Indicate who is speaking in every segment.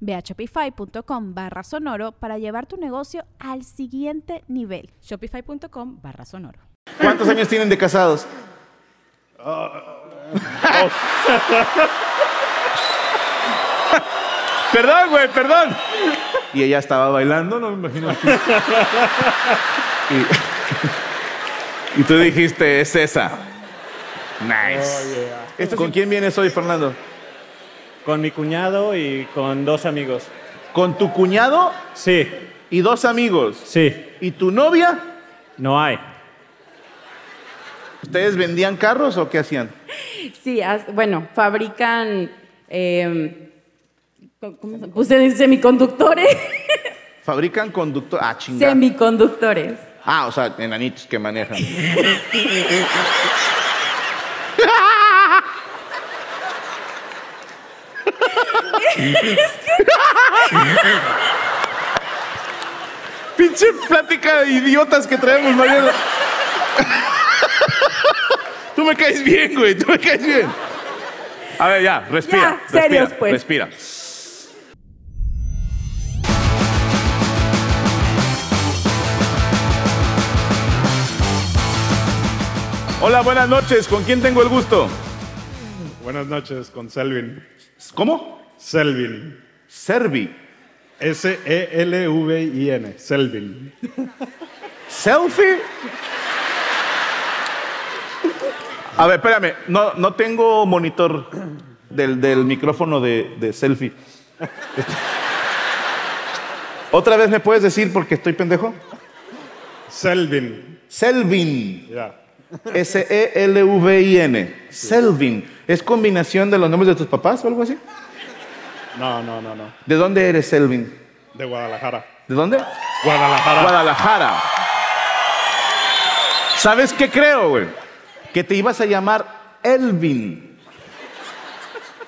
Speaker 1: Ve a shopify.com barra sonoro para llevar tu negocio al siguiente nivel.
Speaker 2: Shopify.com barra sonoro.
Speaker 3: ¿Cuántos años tienen de casados?
Speaker 4: Perdón, güey, perdón.
Speaker 3: Y ella estaba bailando, no me imagino.
Speaker 4: Y tú dijiste, es esa. Nice.
Speaker 3: ¿Esto con quién vienes hoy, Fernando?
Speaker 5: Con mi cuñado y con dos amigos.
Speaker 3: ¿Con tu cuñado
Speaker 5: Sí,
Speaker 3: y dos amigos?
Speaker 5: sí,
Speaker 3: ¿Y tu novia?
Speaker 5: no hay.
Speaker 3: ¿Ustedes vendían carros o qué hacían?
Speaker 6: Sí, as- bueno, fabrican eh, co- ¿cómo se pues, se dice? semiconductores.
Speaker 3: ¿Fabrican conductor? Ah, chingada.
Speaker 6: semiconductores.
Speaker 3: Ah, o sea, enanitos que manejan.
Speaker 4: Pinche plática de idiotas que traemos, Mariela. tú me caes bien, güey, tú me caes bien. A ver, ya, respira.
Speaker 6: Ya,
Speaker 4: respira,
Speaker 6: serios, pues.
Speaker 4: Respira. Hola, buenas noches. ¿Con quién tengo el gusto?
Speaker 7: Buenas noches con Selvin.
Speaker 3: ¿Cómo?
Speaker 7: Selvin. E
Speaker 3: Servi.
Speaker 7: S-E-L-V-I-N. Selvin.
Speaker 3: ¿Selfie? A ver, espérame. No, no tengo monitor del, del micrófono de, de selfie. Este, ¿Otra vez me puedes decir porque estoy pendejo?
Speaker 7: Selvin.
Speaker 3: Selvin. E
Speaker 7: Ya.
Speaker 3: S-E-L-V-I-N. Selvin. ¿Es combinación de los nombres de tus papás o algo así?
Speaker 7: No, no, no, no.
Speaker 3: ¿De dónde eres, Selvin?
Speaker 7: De Guadalajara.
Speaker 3: ¿De dónde?
Speaker 7: Guadalajara.
Speaker 3: Guadalajara. ¿Sabes qué creo, güey? Que te ibas a llamar Elvin.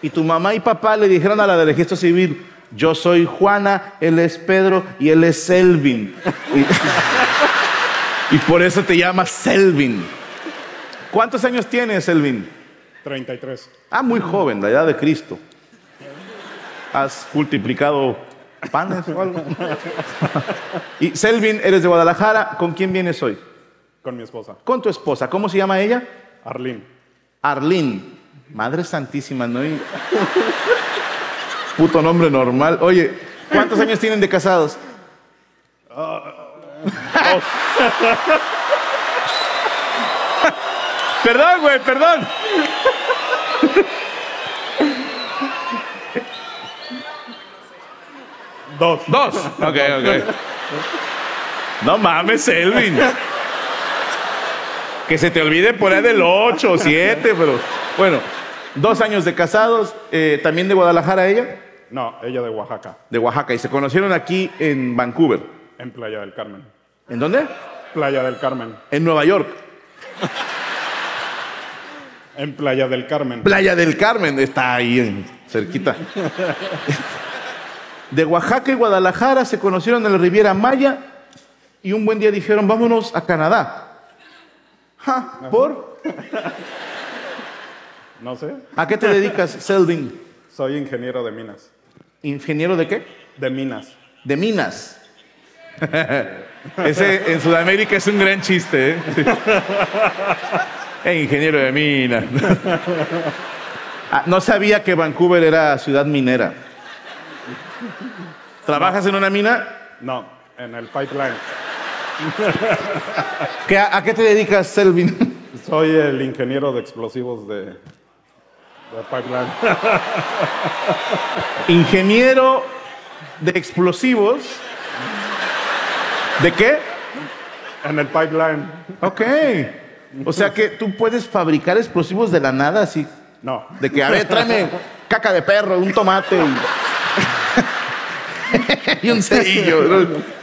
Speaker 3: Y tu mamá y papá le dijeron a la del registro civil, yo soy Juana, él es Pedro y él es Elvin. Y, y por eso te llamas Selvin. ¿Cuántos años tienes, Elvin?
Speaker 7: 33.
Speaker 3: Ah, muy joven, la edad de Cristo. Has multiplicado panes o algo. y Selvin, eres de Guadalajara. ¿Con quién vienes hoy?
Speaker 7: Con mi esposa.
Speaker 3: Con tu esposa. ¿Cómo se llama ella?
Speaker 7: Arlene.
Speaker 3: Arlín. Madre Santísima, ¿no? hay- Puto nombre normal. Oye, ¿cuántos años tienen de casados?
Speaker 4: Perdón, güey, perdón.
Speaker 7: Dos.
Speaker 4: Dos. Ok, ok. No mames, Elvin. Que se te olvide poner del 8 o 7, pero.
Speaker 3: Bueno, dos años de casados. eh, ¿También de Guadalajara ella?
Speaker 7: No, ella de Oaxaca.
Speaker 3: De Oaxaca. Y se conocieron aquí en Vancouver.
Speaker 7: En Playa del Carmen.
Speaker 3: ¿En dónde?
Speaker 7: Playa del Carmen.
Speaker 3: En Nueva York.
Speaker 7: En Playa del Carmen.
Speaker 3: Playa del Carmen está ahí en- cerquita. De Oaxaca y Guadalajara se conocieron en la Riviera Maya y un buen día dijeron, vámonos a Canadá. Ja, ¿Por?
Speaker 7: No sé.
Speaker 3: ¿A qué te dedicas, Selvin?
Speaker 7: Soy ingeniero de minas.
Speaker 3: ¿Ingeniero de qué?
Speaker 7: De minas.
Speaker 3: De minas.
Speaker 4: Ese en Sudamérica es un gran chiste, ¿eh? Eh, ingeniero de minas.
Speaker 3: Ah, no sabía que Vancouver era ciudad minera. ¿Trabajas en una mina?
Speaker 7: No, en el pipeline.
Speaker 3: ¿Qué- ¿A qué te dedicas, Selvin?
Speaker 7: Soy el ingeniero de explosivos de, de Pipeline.
Speaker 3: Ingeniero de explosivos. ¿De qué?
Speaker 7: En el pipeline.
Speaker 3: Ok. O sea que tú puedes fabricar explosivos de la nada así.
Speaker 7: No.
Speaker 3: De que, a ver, tráeme caca de perro, un tomate y, y un cerillo. ¿no?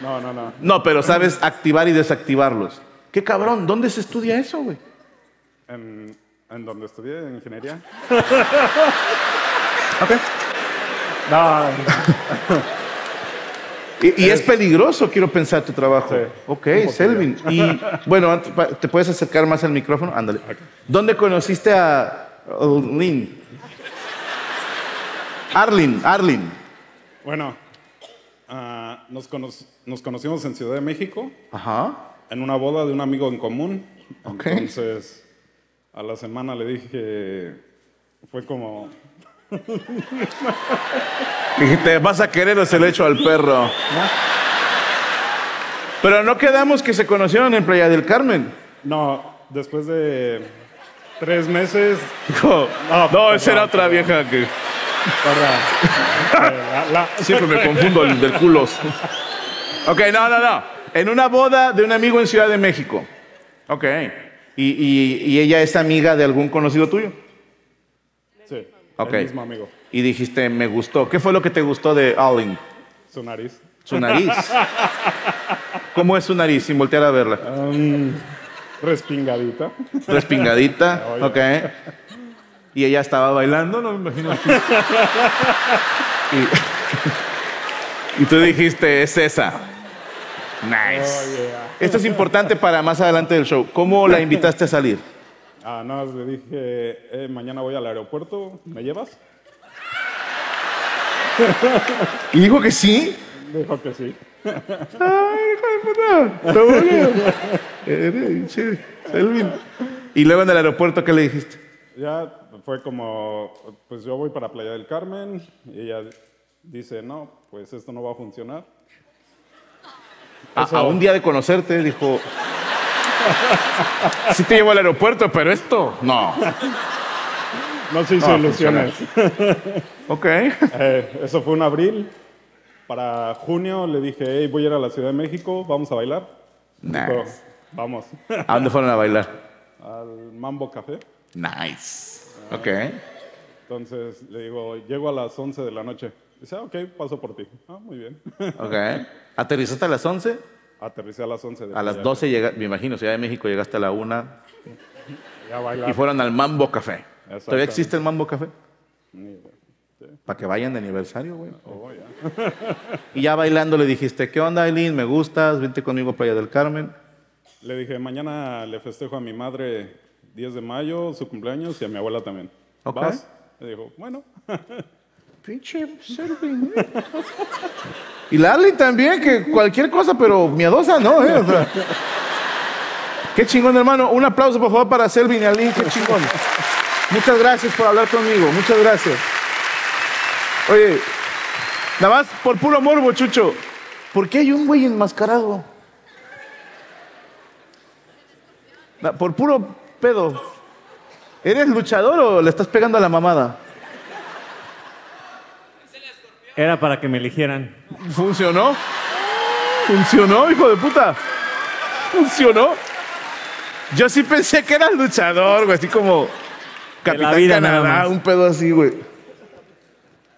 Speaker 7: No, no, no.
Speaker 3: No, pero sabes activar y desactivarlos. Qué cabrón, ¿dónde se estudia eso, güey?
Speaker 7: En, en donde estudié en ingeniería. No,
Speaker 3: Y, y es peligroso, quiero pensar, tu trabajo.
Speaker 7: Sí,
Speaker 3: Ok, Selvin. Y bueno, ant- pa- ¿te puedes acercar más al micrófono? Ándale. ¿Dónde conociste a Arlin? Arlin, Arlin.
Speaker 7: bueno, ah, nos, cono- nos conocimos en Ciudad de México
Speaker 3: Ajá.
Speaker 7: en una boda de un amigo en común.
Speaker 3: Ok.
Speaker 7: Entonces, a la semana le dije, fue como,
Speaker 3: Dijiste, vas a querer o se lo echo al perro. Pero no quedamos que se conocieron en Playa del Carmen.
Speaker 7: no, después de tres meses,
Speaker 3: Dijo,
Speaker 7: No,
Speaker 3: no, esa era
Speaker 7: perdón,
Speaker 3: otra vieja que
Speaker 7: para- la- la-
Speaker 3: siempre me confundo el del culos. Ok, no, no, no. En una boda de un amigo en Ciudad de México. Ok. Y, y- y ella es amiga de algún conocido tuyo.
Speaker 7: sí,
Speaker 3: Ok.
Speaker 7: el mismo amigo,
Speaker 3: Y dijiste, me gustó. ¿Qué fue lo que te gustó de Allen?
Speaker 7: su nariz.
Speaker 3: Su nariz. ¿Cómo es su nariz? Sin voltear a verla.
Speaker 7: Respingadita.
Speaker 3: Respingadita. Ok. Y ella estaba bailando, no me imagino. Y, y tú dijiste, es esa. Nice. Esto es importante para más adelante del show. ¿Cómo la invitaste a salir?
Speaker 7: Ah, nada más le dije, "Eh, mañana voy al aeropuerto, ¿me llevas?
Speaker 3: Y dijo que sí.
Speaker 7: Dijo que sí.
Speaker 3: Eh, Y luego en el aeropuerto, ¿qué le dijiste?
Speaker 7: Ya fue como, pues yo voy para Playa del Carmen y ella dice, no, pues esto no va a funcionar.
Speaker 3: A, a un día de conocerte, dijo. Sí te llevo al aeropuerto, pero esto. No.
Speaker 7: No se hizo
Speaker 3: No va a
Speaker 7: ilusiones.
Speaker 3: Ok.
Speaker 7: Eh, eso fue en abril. Para junio le dije, hey, voy a ir a la Ciudad de México, vamos a bailar. Dijo,
Speaker 3: Nice.
Speaker 7: vamos.
Speaker 3: ¿A dónde fueron a bailar?
Speaker 7: Al Mambo Café.
Speaker 3: Nice. Ok.
Speaker 7: Entonces le digo, llego a las 11 de la noche. Dice, ah, ok, paso por ti. Ah, muy bien.
Speaker 3: Ok. ¿Aterrizaste a las 11?
Speaker 7: Aterricé a las 11 de
Speaker 3: A las
Speaker 7: Playa.
Speaker 3: 12 llegaste, me imagino, Ciudad de México llegaste a la 1
Speaker 7: Ya bailar.
Speaker 3: y fueron al Mambo Café. ¿Todavía
Speaker 7: Exactamente.
Speaker 3: existe el Mambo Café? Para que vayan de aniversario, güey. y ya bailando le dijiste, ¿qué onda, Aileen? ¿Me gustas? Vente conmigo a Playa del Carmen.
Speaker 7: Le dije, mañana le festejo a mi madre 10 de mayo, su cumpleaños, y a mi abuela también.
Speaker 3: Ok.
Speaker 7: ¿Vas? Le dijo, bueno.
Speaker 3: Y la Arlene también, que cualquier cosa, pero miedosa, ¿no? eh? O sea, qué chingón, hermano. Un aplauso, por favor, para Selvin y Arlene, qué chingón. Muchas gracias por hablar conmigo, muchas gracias. Oye, nada más por puro morbo, Chucho. ¿Por qué hay un güey enmascarado? Na- Por puro pedo. ¿Eres luchador o le estás pegando a la mamada?
Speaker 5: Era para que me eligieran.
Speaker 3: ¿Funcionó? ¿Funcionó, hijo de puta? ¿Funcionó? Yo sí pensé que eras luchador, güey, así como Capitán
Speaker 5: vida nada
Speaker 3: Canadá,
Speaker 5: más.
Speaker 3: un pedo así, güey.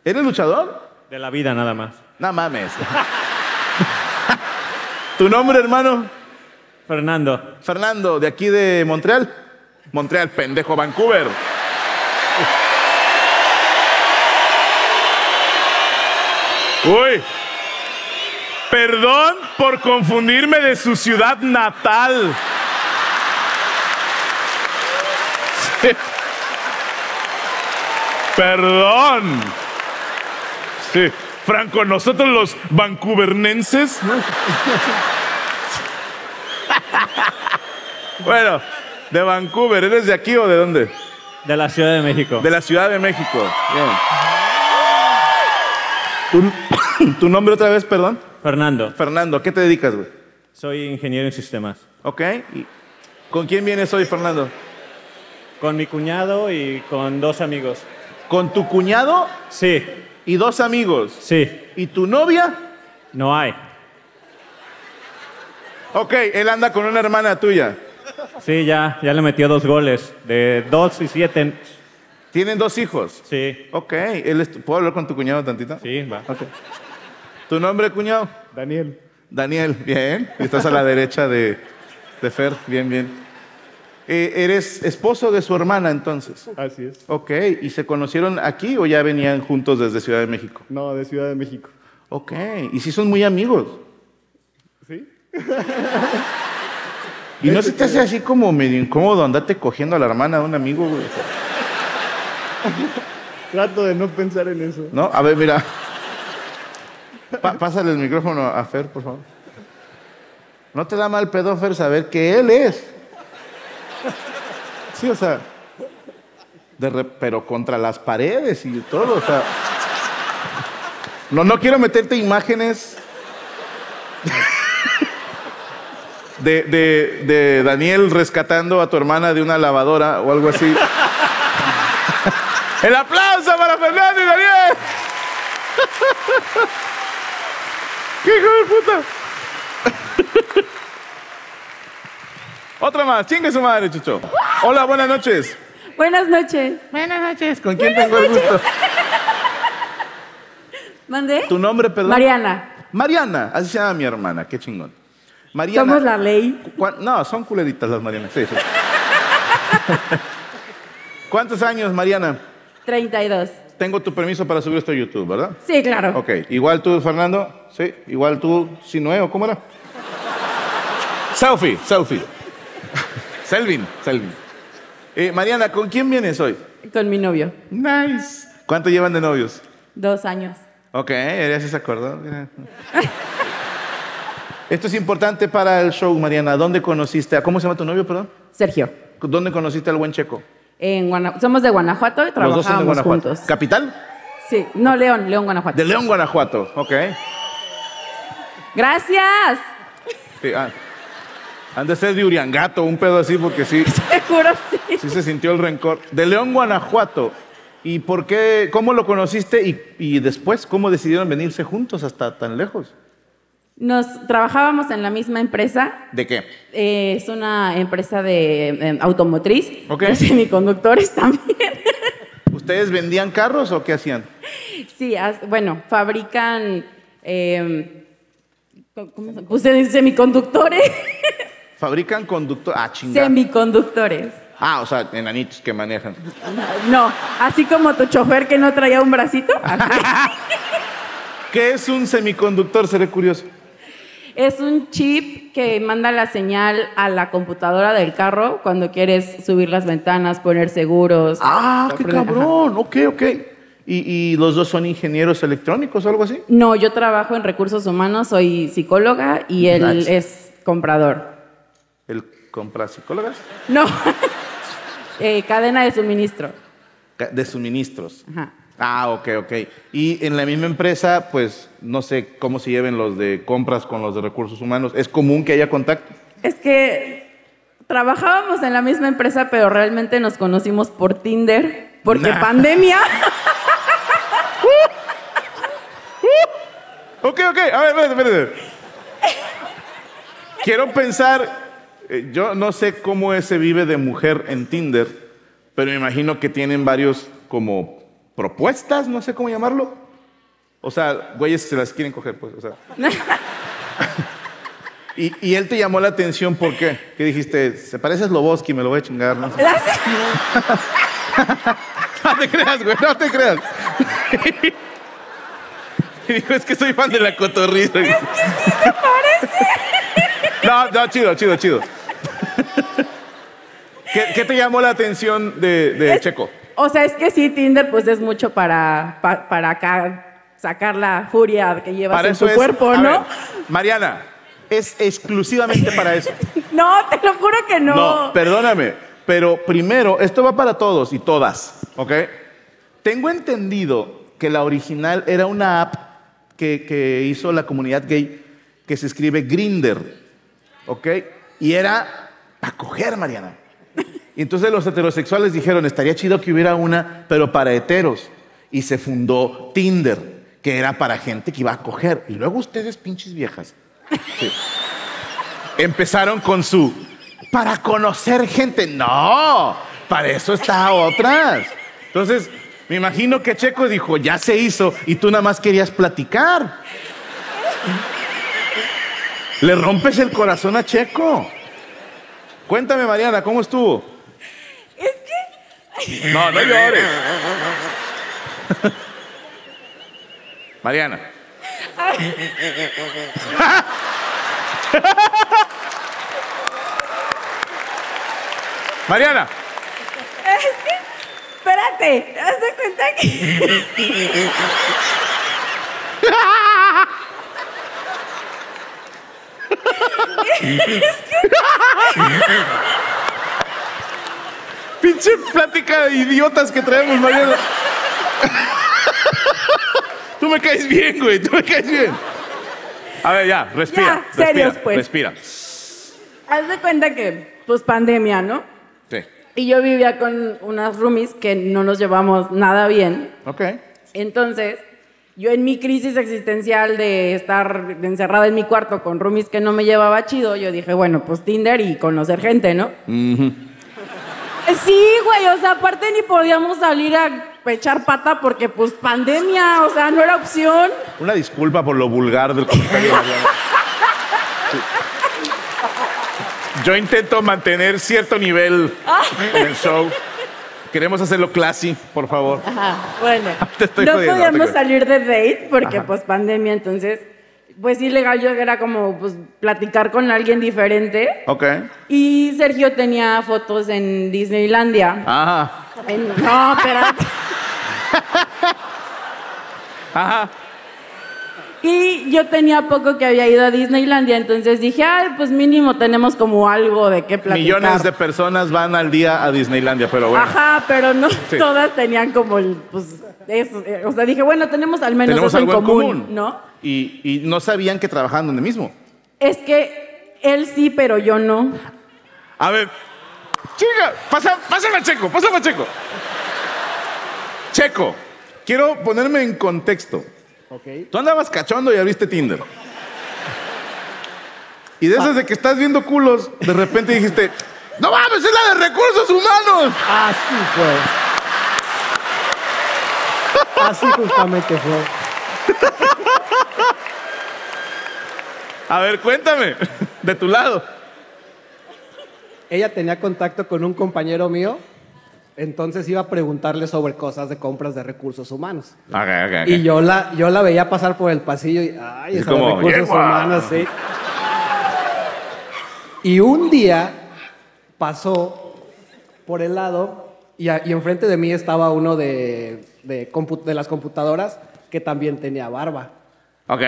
Speaker 3: ¿Eres luchador?
Speaker 5: De la vida nada más.
Speaker 3: No mames. ¿Tu nombre, hermano?
Speaker 5: Fernando,
Speaker 3: Fernando, de aquí de Montreal. Montreal, pendejo, Vancouver. Uy. Perdón por confundirme de su ciudad natal. Sí. Perdón. Sí. Franco, nosotros los vancouvernenses. ¿no? Bueno, de Vancouver, ¿eres de aquí o de dónde?
Speaker 5: de la Ciudad de México.
Speaker 3: De la Ciudad de México. Bien. ¿Tu, tu nombre otra vez, perdón?
Speaker 5: Fernando,
Speaker 3: Fernando, ¿qué te dedicas, güey?
Speaker 5: soy ingeniero en sistemas.
Speaker 3: Ok. y- ¿Con quién vienes hoy, Fernando?
Speaker 5: Con mi cuñado y con dos amigos.
Speaker 3: ¿Con tu cuñado
Speaker 5: Sí,
Speaker 3: y dos amigos?
Speaker 5: sí,
Speaker 3: ¿Y tu novia?
Speaker 5: no hay.
Speaker 3: Ok, él anda con una hermana tuya.
Speaker 5: Sí, ya, ya le metió dos goles, de dos y siete.
Speaker 3: Tienen dos hijos.
Speaker 5: Sí,
Speaker 3: Ok, él es tu- ¿puedo hablar con tu cuñado tantito?
Speaker 5: sí, va.
Speaker 3: Ok. ¿Tu nombre, cuñado?
Speaker 7: Daniel,
Speaker 3: Daniel, bien. Y estás a la derecha de, de Fer, bien, bien. Eh, ¿Eres esposo de su hermana entonces?
Speaker 7: así es.
Speaker 3: Ok, ¿y se conocieron aquí o ya venían juntos desde Ciudad de México?
Speaker 7: No, de Ciudad de México.
Speaker 3: Ok, ¿y si son muy amigos?
Speaker 7: ¿Sí?
Speaker 3: ¿Y no se te hace así como medio incómodo andarte cogiendo a la hermana de un amigo? güey?
Speaker 7: Trato de no pensar en eso.
Speaker 3: ¿No? A ver, mira. Pa- pásale el micrófono a Fer, por favor. ¿No te da mal pedo, Fer, saber que él es? Sí, o sea. de re- pero contra las paredes y todo, o sea. No, no quiero meterte imágenes. De, de- de Daniel rescatando a tu hermana de una lavadora o algo así. ¡El aplauso para Fernando y Daniel! ¡Qué hijo de puta! Otra más, chingue su madre, Chucho. Hola, buenas noches.
Speaker 6: Buenas noches.
Speaker 3: Buenas noches. ¿Con quién tengo el gusto?
Speaker 6: ¿Mandé?
Speaker 3: Tu nombre, perdón.
Speaker 6: Mariana.
Speaker 3: Mariana, así se llama mi hermana, qué chingón. Mariana.
Speaker 6: Somos la ley.
Speaker 3: Cu- cuan- No, son culeritas las Marianas. Sí, sí. ¿Cuántos años, Mariana?
Speaker 6: 32.
Speaker 3: Tengo tu permiso para subir esto a YouTube, ¿verdad?
Speaker 6: Sí, claro.
Speaker 3: Ok, igual tú, Fernando. Sí, igual tú, Sinoe, ¿o ¿cómo era? selfie, selfie. Selvin, Selvin. Eh, Mariana, ¿con quién vienes hoy?
Speaker 6: Con mi novio.
Speaker 3: Nice. ¿Cuánto llevan de novios?
Speaker 6: Dos años.
Speaker 3: Ok, ya se acordó. mira. Esto es importante para el show, Mariana. ¿Dónde conociste? a- ¿Cómo se llama tu novio, perdón?
Speaker 6: Sergio.
Speaker 3: ¿Dónde conociste al buen checo?
Speaker 6: En Guana- Somos de Guanajuato y
Speaker 3: Los dos son de
Speaker 6: trabajábamos
Speaker 3: Guanajuato.
Speaker 6: juntos.
Speaker 3: ¿Capital?
Speaker 6: Sí. No, León. León, Guanajuato.
Speaker 3: De León, Guanajuato. Ok.
Speaker 6: Gracias.
Speaker 3: Sí, ah. Han de ser de Uriangato, un pedo así, porque sí.
Speaker 6: Te juro, sí.
Speaker 3: Sí se sintió el rencor. De León, Guanajuato. ¿Y por qué? ¿Cómo lo conociste? Y, y después, ¿cómo decidieron venirse juntos hasta tan lejos?
Speaker 6: Nos trabajábamos en la misma empresa.
Speaker 3: ¿De qué?
Speaker 6: Eh, es una empresa de em, automotriz.
Speaker 3: Ok.
Speaker 6: De semiconductores también.
Speaker 3: ¿Ustedes vendían carros o qué hacían?
Speaker 6: Sí, as- bueno, fabrican. em, co- ¿Cómo se Puse semiconductores.
Speaker 3: ¿Fabrican conductor? Ah, chingada.
Speaker 6: semiconductores.
Speaker 3: Ah, o sea, enanitos que manejan.
Speaker 6: No, así como tu chofer que no traía un bracito.
Speaker 3: ¿Qué es un semiconductor? Seré curioso.
Speaker 6: es un chip que manda la señal a la computadora del carro cuando quieres subir las ventanas, poner seguros.
Speaker 3: Ah, qué
Speaker 6: Ajá.
Speaker 3: cabrón. Ok, ok. ¿Y, y los dos son ingenieros electrónicos o algo así?
Speaker 6: No, yo trabajo en recursos humanos, soy psicóloga y él
Speaker 3: Nice.
Speaker 6: es comprador.
Speaker 3: ¿El compra psicólogas?
Speaker 6: No, Eh, cadena de suministro.
Speaker 3: Ca- De suministros.
Speaker 6: Ajá.
Speaker 3: Ah, ok, ok. Y en la misma empresa, pues no sé cómo se lleven los de compras con los de recursos humanos. ¿Es común que haya contacto?
Speaker 6: Es que trabajábamos en la misma empresa, pero realmente nos conocimos por Tinder, porque
Speaker 3: Nah.
Speaker 6: pandemia.
Speaker 3: Ok, ok. A ver, espérate, espérate. Quiero pensar, eh, yo no sé cómo es se vive de mujer en Tinder, pero me imagino que tienen varios como propuestas, no sé cómo llamarlo. O sea, güeyes que se las quieren coger, pues, o sea. y, y él te llamó la atención, ¿por qué? ¿Qué dijiste? Se parece a Sloboski, me lo voy a chingar, ¿no? No te creas, güey, no te creas. Y dijo, es que soy fan de la cotorrisa. Es que sí se parece. No, no, chido, chido, chido. ¿Qué, qué te llamó la atención de, de Checo?
Speaker 6: O sea, es que sí, Tinder pues es mucho para, pa- para acá sacar la furia que llevas en tu
Speaker 3: es-
Speaker 6: cuerpo,
Speaker 3: a
Speaker 6: ¿no?
Speaker 3: ver, Mariana, es exclusivamente para eso.
Speaker 6: No, te lo juro que no.
Speaker 3: No, perdóname, pero primero, esto va para todos y todas, ¿ok? Tengo entendido que la original era una app que, que hizo la comunidad gay que se escribe Grinder, ¿ok? Y era Para coger, Mariana. Y entonces los heterosexuales dijeron, estaría chido que hubiera una, pero para heteros. Y se fundó Tinder, que era para gente que iba a coger. Y luego ustedes, pinches viejas, sí, empezaron con su, para conocer gente. No, para eso está otras. Entonces, me imagino que Checo dijo, ya se hizo, y tú nada más querías platicar. Le rompes el corazón a Checo. Cuéntame, Mariana, ¿cómo estuvo?
Speaker 4: No, no llores.
Speaker 3: Mariana. Mariana,
Speaker 8: Espérate, haz de cuenta que.
Speaker 3: pinche plática de idiotas que traemos, Mariana.
Speaker 4: Tú me caes bien, güey. Tú me caes bien. A ver, ya, respira.
Speaker 8: Ya,
Speaker 4: respira,
Speaker 8: serios, pues.
Speaker 4: Respira.
Speaker 6: Haz de cuenta que, pues pandemia, ¿no?
Speaker 3: Sí.
Speaker 6: Y yo vivía con unas roomies que no nos llevamos nada bien.
Speaker 3: Ok.
Speaker 6: Entonces, yo en mi crisis existencial de estar encerrada en mi cuarto con roomies que no me llevaba chido, yo dije, bueno, pues Tinder y conocer gente, ¿no? Eh, Sí, güey, o sea, aparte ni podíamos salir a echar pata porque pues pandemia, o sea, no era opción.
Speaker 3: Una disculpa por lo vulgar del comentario, Mariana. Sí. Yo intento mantener cierto nivel en el show. Queremos hacerlo classy, por favor.
Speaker 6: Bueno,
Speaker 3: Te estoy
Speaker 6: no
Speaker 3: jodiendo,
Speaker 6: podíamos
Speaker 3: te
Speaker 6: salir de date porque
Speaker 3: Ajá.
Speaker 6: pues pandemia, entonces, pues ilegal yo era como pues platicar con alguien diferente.
Speaker 3: Ok.
Speaker 6: Y Sergio tenía fotos en Disneylandia.
Speaker 3: Ajá.
Speaker 6: En- no, espérate.
Speaker 3: Ajá.
Speaker 6: Y yo tenía poco que había ido a Disneylandia, entonces dije, ay, pues mínimo tenemos como algo de qué platicar.
Speaker 3: Millones de personas van al día a Disneylandia, pero bueno.
Speaker 6: Ajá, pero no
Speaker 3: Sí.
Speaker 6: todas tenían como el, pues, eso. eh, O sea, dije, bueno, tenemos al menos
Speaker 3: Tenemos
Speaker 6: eso
Speaker 3: algo en común.
Speaker 6: ¿no?
Speaker 3: Y, y no sabían que trabajaban donde mismo.
Speaker 6: Es que él sí, pero yo no.
Speaker 4: A ver. Chica, pasa, pásame a Checo, pásame a Checo.
Speaker 3: Checo, quiero ponerme en contexto. Tú andabas cachondo y abriste Tinder. Y de esas de que estás viendo culos, de repente dijiste, no mames, es la de recursos humanos.
Speaker 9: Así fue. Así justamente fue.
Speaker 4: A ver, cuéntame. De tu lado.
Speaker 9: Ella tenía contacto con un compañero mío, entonces iba a preguntarle sobre cosas de compras de recursos humanos. Y yo la, yo la veía pasar por el pasillo y, ay,
Speaker 4: Es
Speaker 9: esa de
Speaker 4: como,
Speaker 9: recursos
Speaker 4: yegua.
Speaker 9: humanos, sí. Y un día pasó por el lado y, a- y enfrente de mí estaba uno de, de compu- de las computadoras que también tenía barba.
Speaker 4: Ok.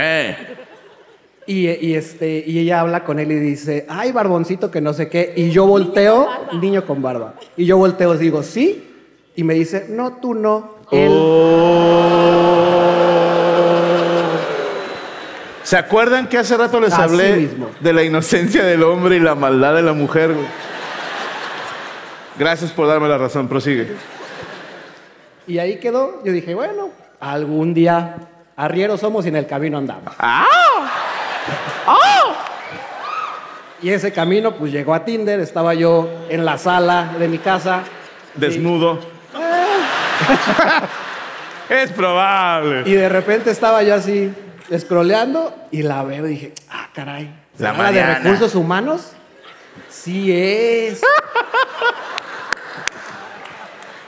Speaker 9: Y, y este, y ella habla con él y dice, ay, barboncito, que no sé qué. Y yo volteo, niño con barba. Y yo volteo y digo, sí. Y me dice, no, tú no. Él.
Speaker 3: ¿Se acuerdan que hace rato les
Speaker 9: Así
Speaker 3: hablé
Speaker 9: mismo.
Speaker 3: de la inocencia del hombre y la maldad de la mujer? güey? Gracias por darme la razón, prosigue.
Speaker 9: Y ahí quedó. Yo dije, bueno, algún día arrieros somos y en el camino andamos.
Speaker 3: ¡Ah!
Speaker 9: Y ese camino, pues llegó a Tinder. Estaba yo en la sala de mi casa.
Speaker 3: Desnudo.
Speaker 4: Es probable.
Speaker 9: Y de repente estaba yo así, scrolleando, y la veo y dije, ah, caray.
Speaker 3: La
Speaker 9: ¿será de
Speaker 3: Mariana.
Speaker 9: recursos humanos? Sí es.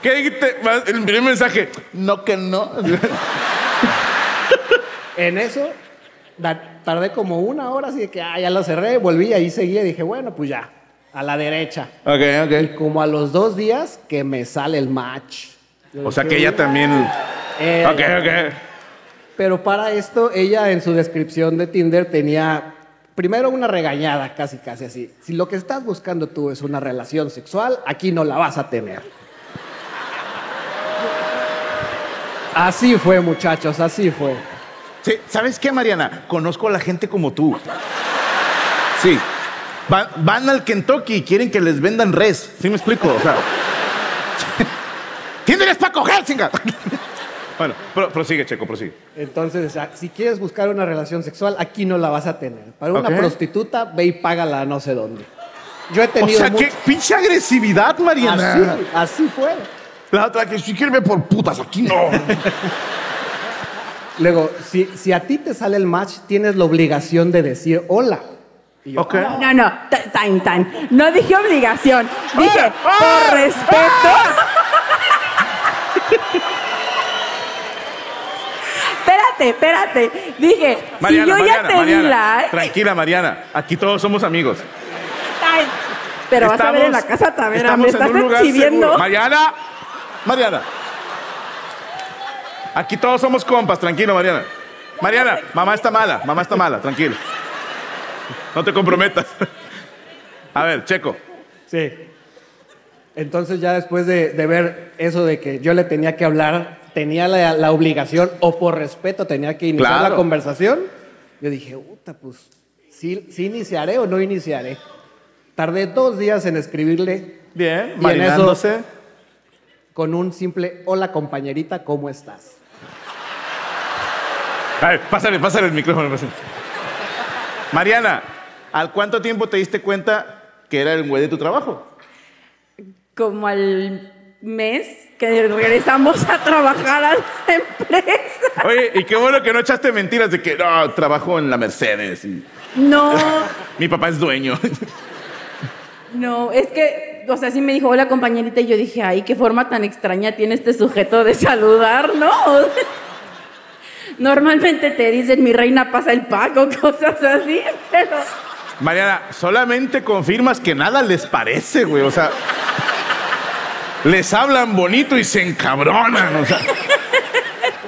Speaker 4: ¿Qué dijiste? Más- El primer mensaje.
Speaker 3: No que no.
Speaker 9: En eso da- tardé como una hora, así de que ah, ya lo cerré, volví, ahí seguía y dije, bueno, pues ya, a la derecha.
Speaker 3: ok,
Speaker 9: Como a los dos días que me sale el match.
Speaker 3: ok. O sea que ella también...
Speaker 9: Eh,
Speaker 4: Ok, ok.
Speaker 9: Pero para esto, ella en su descripción de Tinder tenía primero una regañada, casi, casi así. Si lo que estás buscando tú es una relación sexual, aquí no la vas a tener. Así fue, muchachos, así fue.
Speaker 3: Sí, ¿Sabes qué, Mariana? Conozco a la gente como tú. Sí. Van, van al Kentucky y quieren que les vendan res. ¿Sí me explico? O sea. Tinder es para coger, chinga. bueno, pro- prosigue, Checo, prosigue.
Speaker 9: Entonces, o sea, si quieres buscar una relación sexual, aquí no la vas a tener. Para una
Speaker 3: Ok.
Speaker 9: prostituta, ve y págala a no sé dónde. Yo he
Speaker 3: O
Speaker 9: tenido
Speaker 3: sea,
Speaker 9: mucho-
Speaker 3: qué pinche agresividad, Mariana.
Speaker 8: Ah,
Speaker 9: Así, así fue.
Speaker 4: La otra que si quiere por putas, aquí no.
Speaker 9: Luego, si, si a ti te sale el match, tienes la obligación de decir hola.
Speaker 3: Ok.
Speaker 8: No, no, t- time, time. No dije obligación. Dije, por respeto. espérate, espérate. Dije, si yo ya te di la.
Speaker 3: Tranquila, Mariana. Aquí todos somos amigos.
Speaker 8: Ay, Pero vas a ver en la casa Tavera, me estás exhibiendo.
Speaker 3: seguro. Mariana, Mariana. Aquí todos somos compas, tranquilo, Mariana. Mariana, mamá está mala, mamá está mala, tranquilo. No te comprometas. A ver, Checo.
Speaker 9: Sí. Entonces ya después de, de ver eso de que yo le tenía que hablar, tenía la, la obligación o por respeto tenía que iniciar
Speaker 3: Claro.
Speaker 9: la conversación, yo dije, puta, pues, ¿sí, sí iniciaré o no iniciaré? Tardé dos días en escribirle
Speaker 3: Bien,
Speaker 9: eso-
Speaker 3: marinándose.
Speaker 9: con un simple hola compañerita, ¿cómo estás?
Speaker 3: A ver, pásale, pásale el micrófono. pásale. Mariana, ¿al cuánto tiempo te diste cuenta que era el güey de tu trabajo?
Speaker 8: Como al mes que regresamos a trabajar a la empresa.
Speaker 3: Oye, y qué bueno que no echaste mentiras de que no, trabajo en la Mercedes. y
Speaker 8: No,
Speaker 3: mi papá es dueño.
Speaker 6: No, es que, o sea, sí me dijo, hola compañerita, y yo dije, ay, qué forma tan extraña tiene este sujeto de saludar, ¿no? Normalmente te dicen, mi reina pasa el paco, cosas así, pero
Speaker 3: Mariana, solamente confirmas que nada les parece, güey. O sea, les hablan bonito y se encabronan. O sea,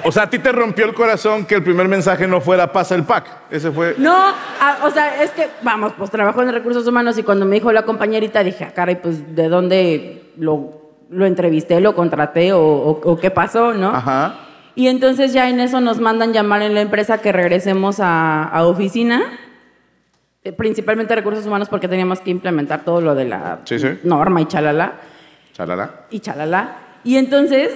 Speaker 3: o sea, a ti te rompió el corazón que el primer mensaje no fuera pasa el pack. Ese fue.
Speaker 6: no, ah, o sea, es que, vamos, pues trabajo en recursos humanos y cuando me dijo hola compañerita, dije, ah, caray, pues, ¿de dónde lo, lo entrevisté, lo contraté o, o- o qué pasó, no?
Speaker 3: Ajá.
Speaker 6: Y entonces ya en eso nos mandan llamar en la empresa que regresemos a, a oficina, eh, principalmente recursos humanos porque teníamos que implementar todo lo de la
Speaker 3: Sí, sí.
Speaker 6: norma y chalala
Speaker 3: Chalala.
Speaker 6: y chalala. Y entonces,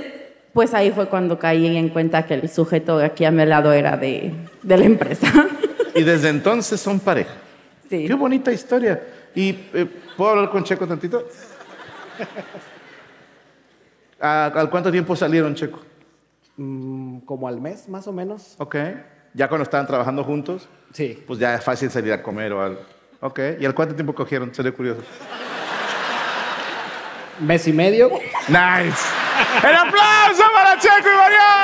Speaker 6: pues ahí fue cuando caí en cuenta que el sujeto de aquí a mi lado era de, de la empresa.
Speaker 3: Y desde entonces son pareja.
Speaker 6: sí.
Speaker 3: Qué bonita historia. ¿Y eh, puedo hablar con Checo tantito? ¿A- ¿Al cuánto tiempo salieron, Checo?
Speaker 9: Mm, Como al mes, más o menos.
Speaker 3: Ok. ¿Ya cuando estaban trabajando juntos?
Speaker 9: Sí.
Speaker 3: Pues ya es fácil salir a comer o algo. Ok. ¿Y al cuánto tiempo cogieron? Seré curioso.
Speaker 9: Mes y medio.
Speaker 3: Nice. ¡El aplauso para Checo y Mariana!